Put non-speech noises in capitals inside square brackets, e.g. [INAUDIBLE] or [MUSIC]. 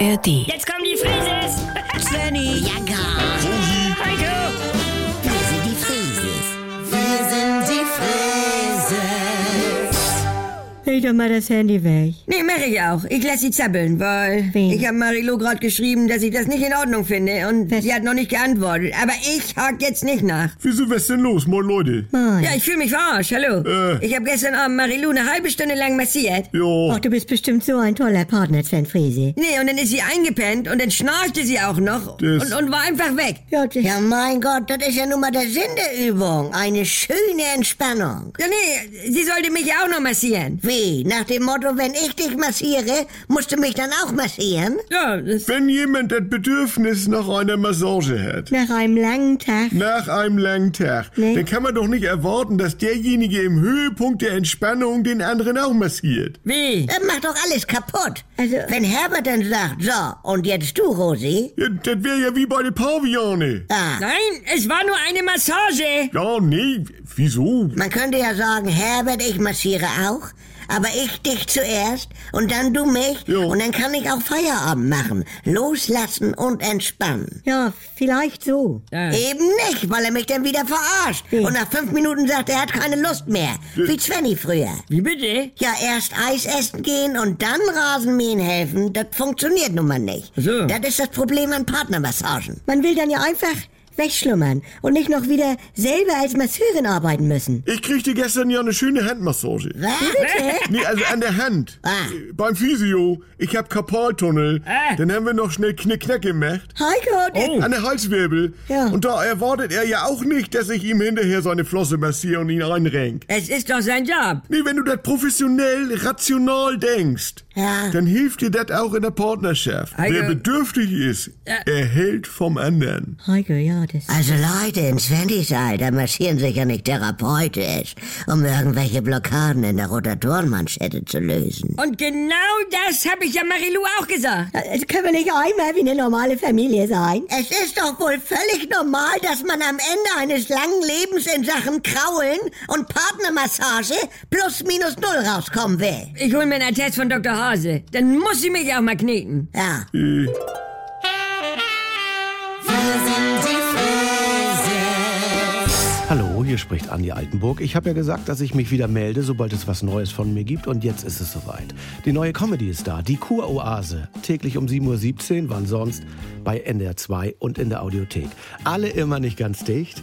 ARD. Jetzt kommen die Frises! Svenny. Ja, gar. Heiko! Wir sind die Frieses. Wir sind die Frieses. Leg doch mal das Handy weg. Nee, mache ich auch. Ich lasse sie zappeln, weil Wen? ich habe Marilo gerade geschrieben, dass ich das nicht in Ordnung finde und sie hat noch nicht geantwortet. Aber ich hake jetzt nicht nach. Wieso, was denn los? Moin, Leute. Oh Moin. Ja, ich fühle mich verarscht, hallo. Äh. Ich habe gestern Abend Marilo eine halbe Stunde lang massiert. Ja, Ach, du bist bestimmt so ein toller Partner, Sven Hm? Friese. Nee, und dann ist sie eingepennt und dann schnarchte sie auch noch Das- und, und war einfach weg. Ja, das Ja, mein Gott, das ist ja nun mal der Sinn der Übung. Eine schöne Entspannung. Ja, nee, sie sollte mich ja auch noch massieren. Wie? Nach dem Motto, wenn ich dich massiere, musst du mich dann auch massieren? Ja, das, wenn jemand das Bedürfnis nach einer Massage hat, nach einem langen Tag. nach einem langen Tag, Nee. dann kann man doch nicht erwarten, dass derjenige im Höhepunkt der Entspannung den anderen auch massiert. wie? Das macht doch alles kaputt. Also- wenn Herbert dann sagt, so, und jetzt du, Rosi. Ja, das wäre ja wie bei den Paviane. Ah, Nein, es war nur eine Massage. Ja, nee, wieso? man könnte ja sagen, Herbert, ich massiere auch. Aber ich dich zuerst und dann du mich. Jo. Und dann kann ich auch Feierabend machen. Loslassen und entspannen. Ja, vielleicht so. Ja. Hm. Eben nicht, weil er mich dann wieder verarscht. Und nach fünf Minuten sagt, er hat keine Lust mehr. Wie Svenny früher. Wie bitte? Ja, erst Eis essen gehen und dann Rasenmähen helfen, das funktioniert nun mal nicht. so. Das ist das Problem an Partnermassagen. Man will dann ja einfach wegschlummern und nicht noch wieder selber als Masseurin arbeiten müssen. Ich kriegte gestern ja eine schöne Handmassage. [LAUGHS] Was? Nee, also an der Hand. Ah. Äh, Beim Physio. Ich hab Kapaltunnel. Ah. Dann haben wir noch schnell Knickknack gemacht. Heiko, das- Oh. An der Halswirbel. Ja. Und da erwartet er ja auch nicht, dass ich ihm hinterher seine Flosse massiere und ihn einrenk. Es ist doch sein Job. Nee, wenn du das professionell, rational denkst, Ja. dann hilft dir das auch in der Partnerschaft. Heike. Wer bedürftig ist, erhält vom anderen. Heiko, ja, das. Also Leute, in Svennys Alter massieren sich ja nicht therapeutisch, um irgendwelche Blockaden in der Rotatorenmanschette zu lösen. Und genau das habe ich ja Marilou auch gesagt. Also können wir nicht einmal wie eine normale Familie sein? Es ist doch wohl völlig normal, dass man am Ende eines langen Lebens in Sachen Kraulen und Partnermassage plus minus null rauskommen will. Ich hol mir einen Attest von Dr. Hase. Dann muss sie mich auch mal kneten. Ja. Äh, Hallo, hier spricht Andi Altenburg. Ich habe ja gesagt, dass ich mich wieder melde, sobald es was Neues von mir gibt. Und jetzt ist es soweit. Die neue Comedy ist da, die Kuroase. Täglich um 7.17 Uhr, wann sonst? Bei NDR 2 und in der Audiothek. Alle immer nicht ganz dicht.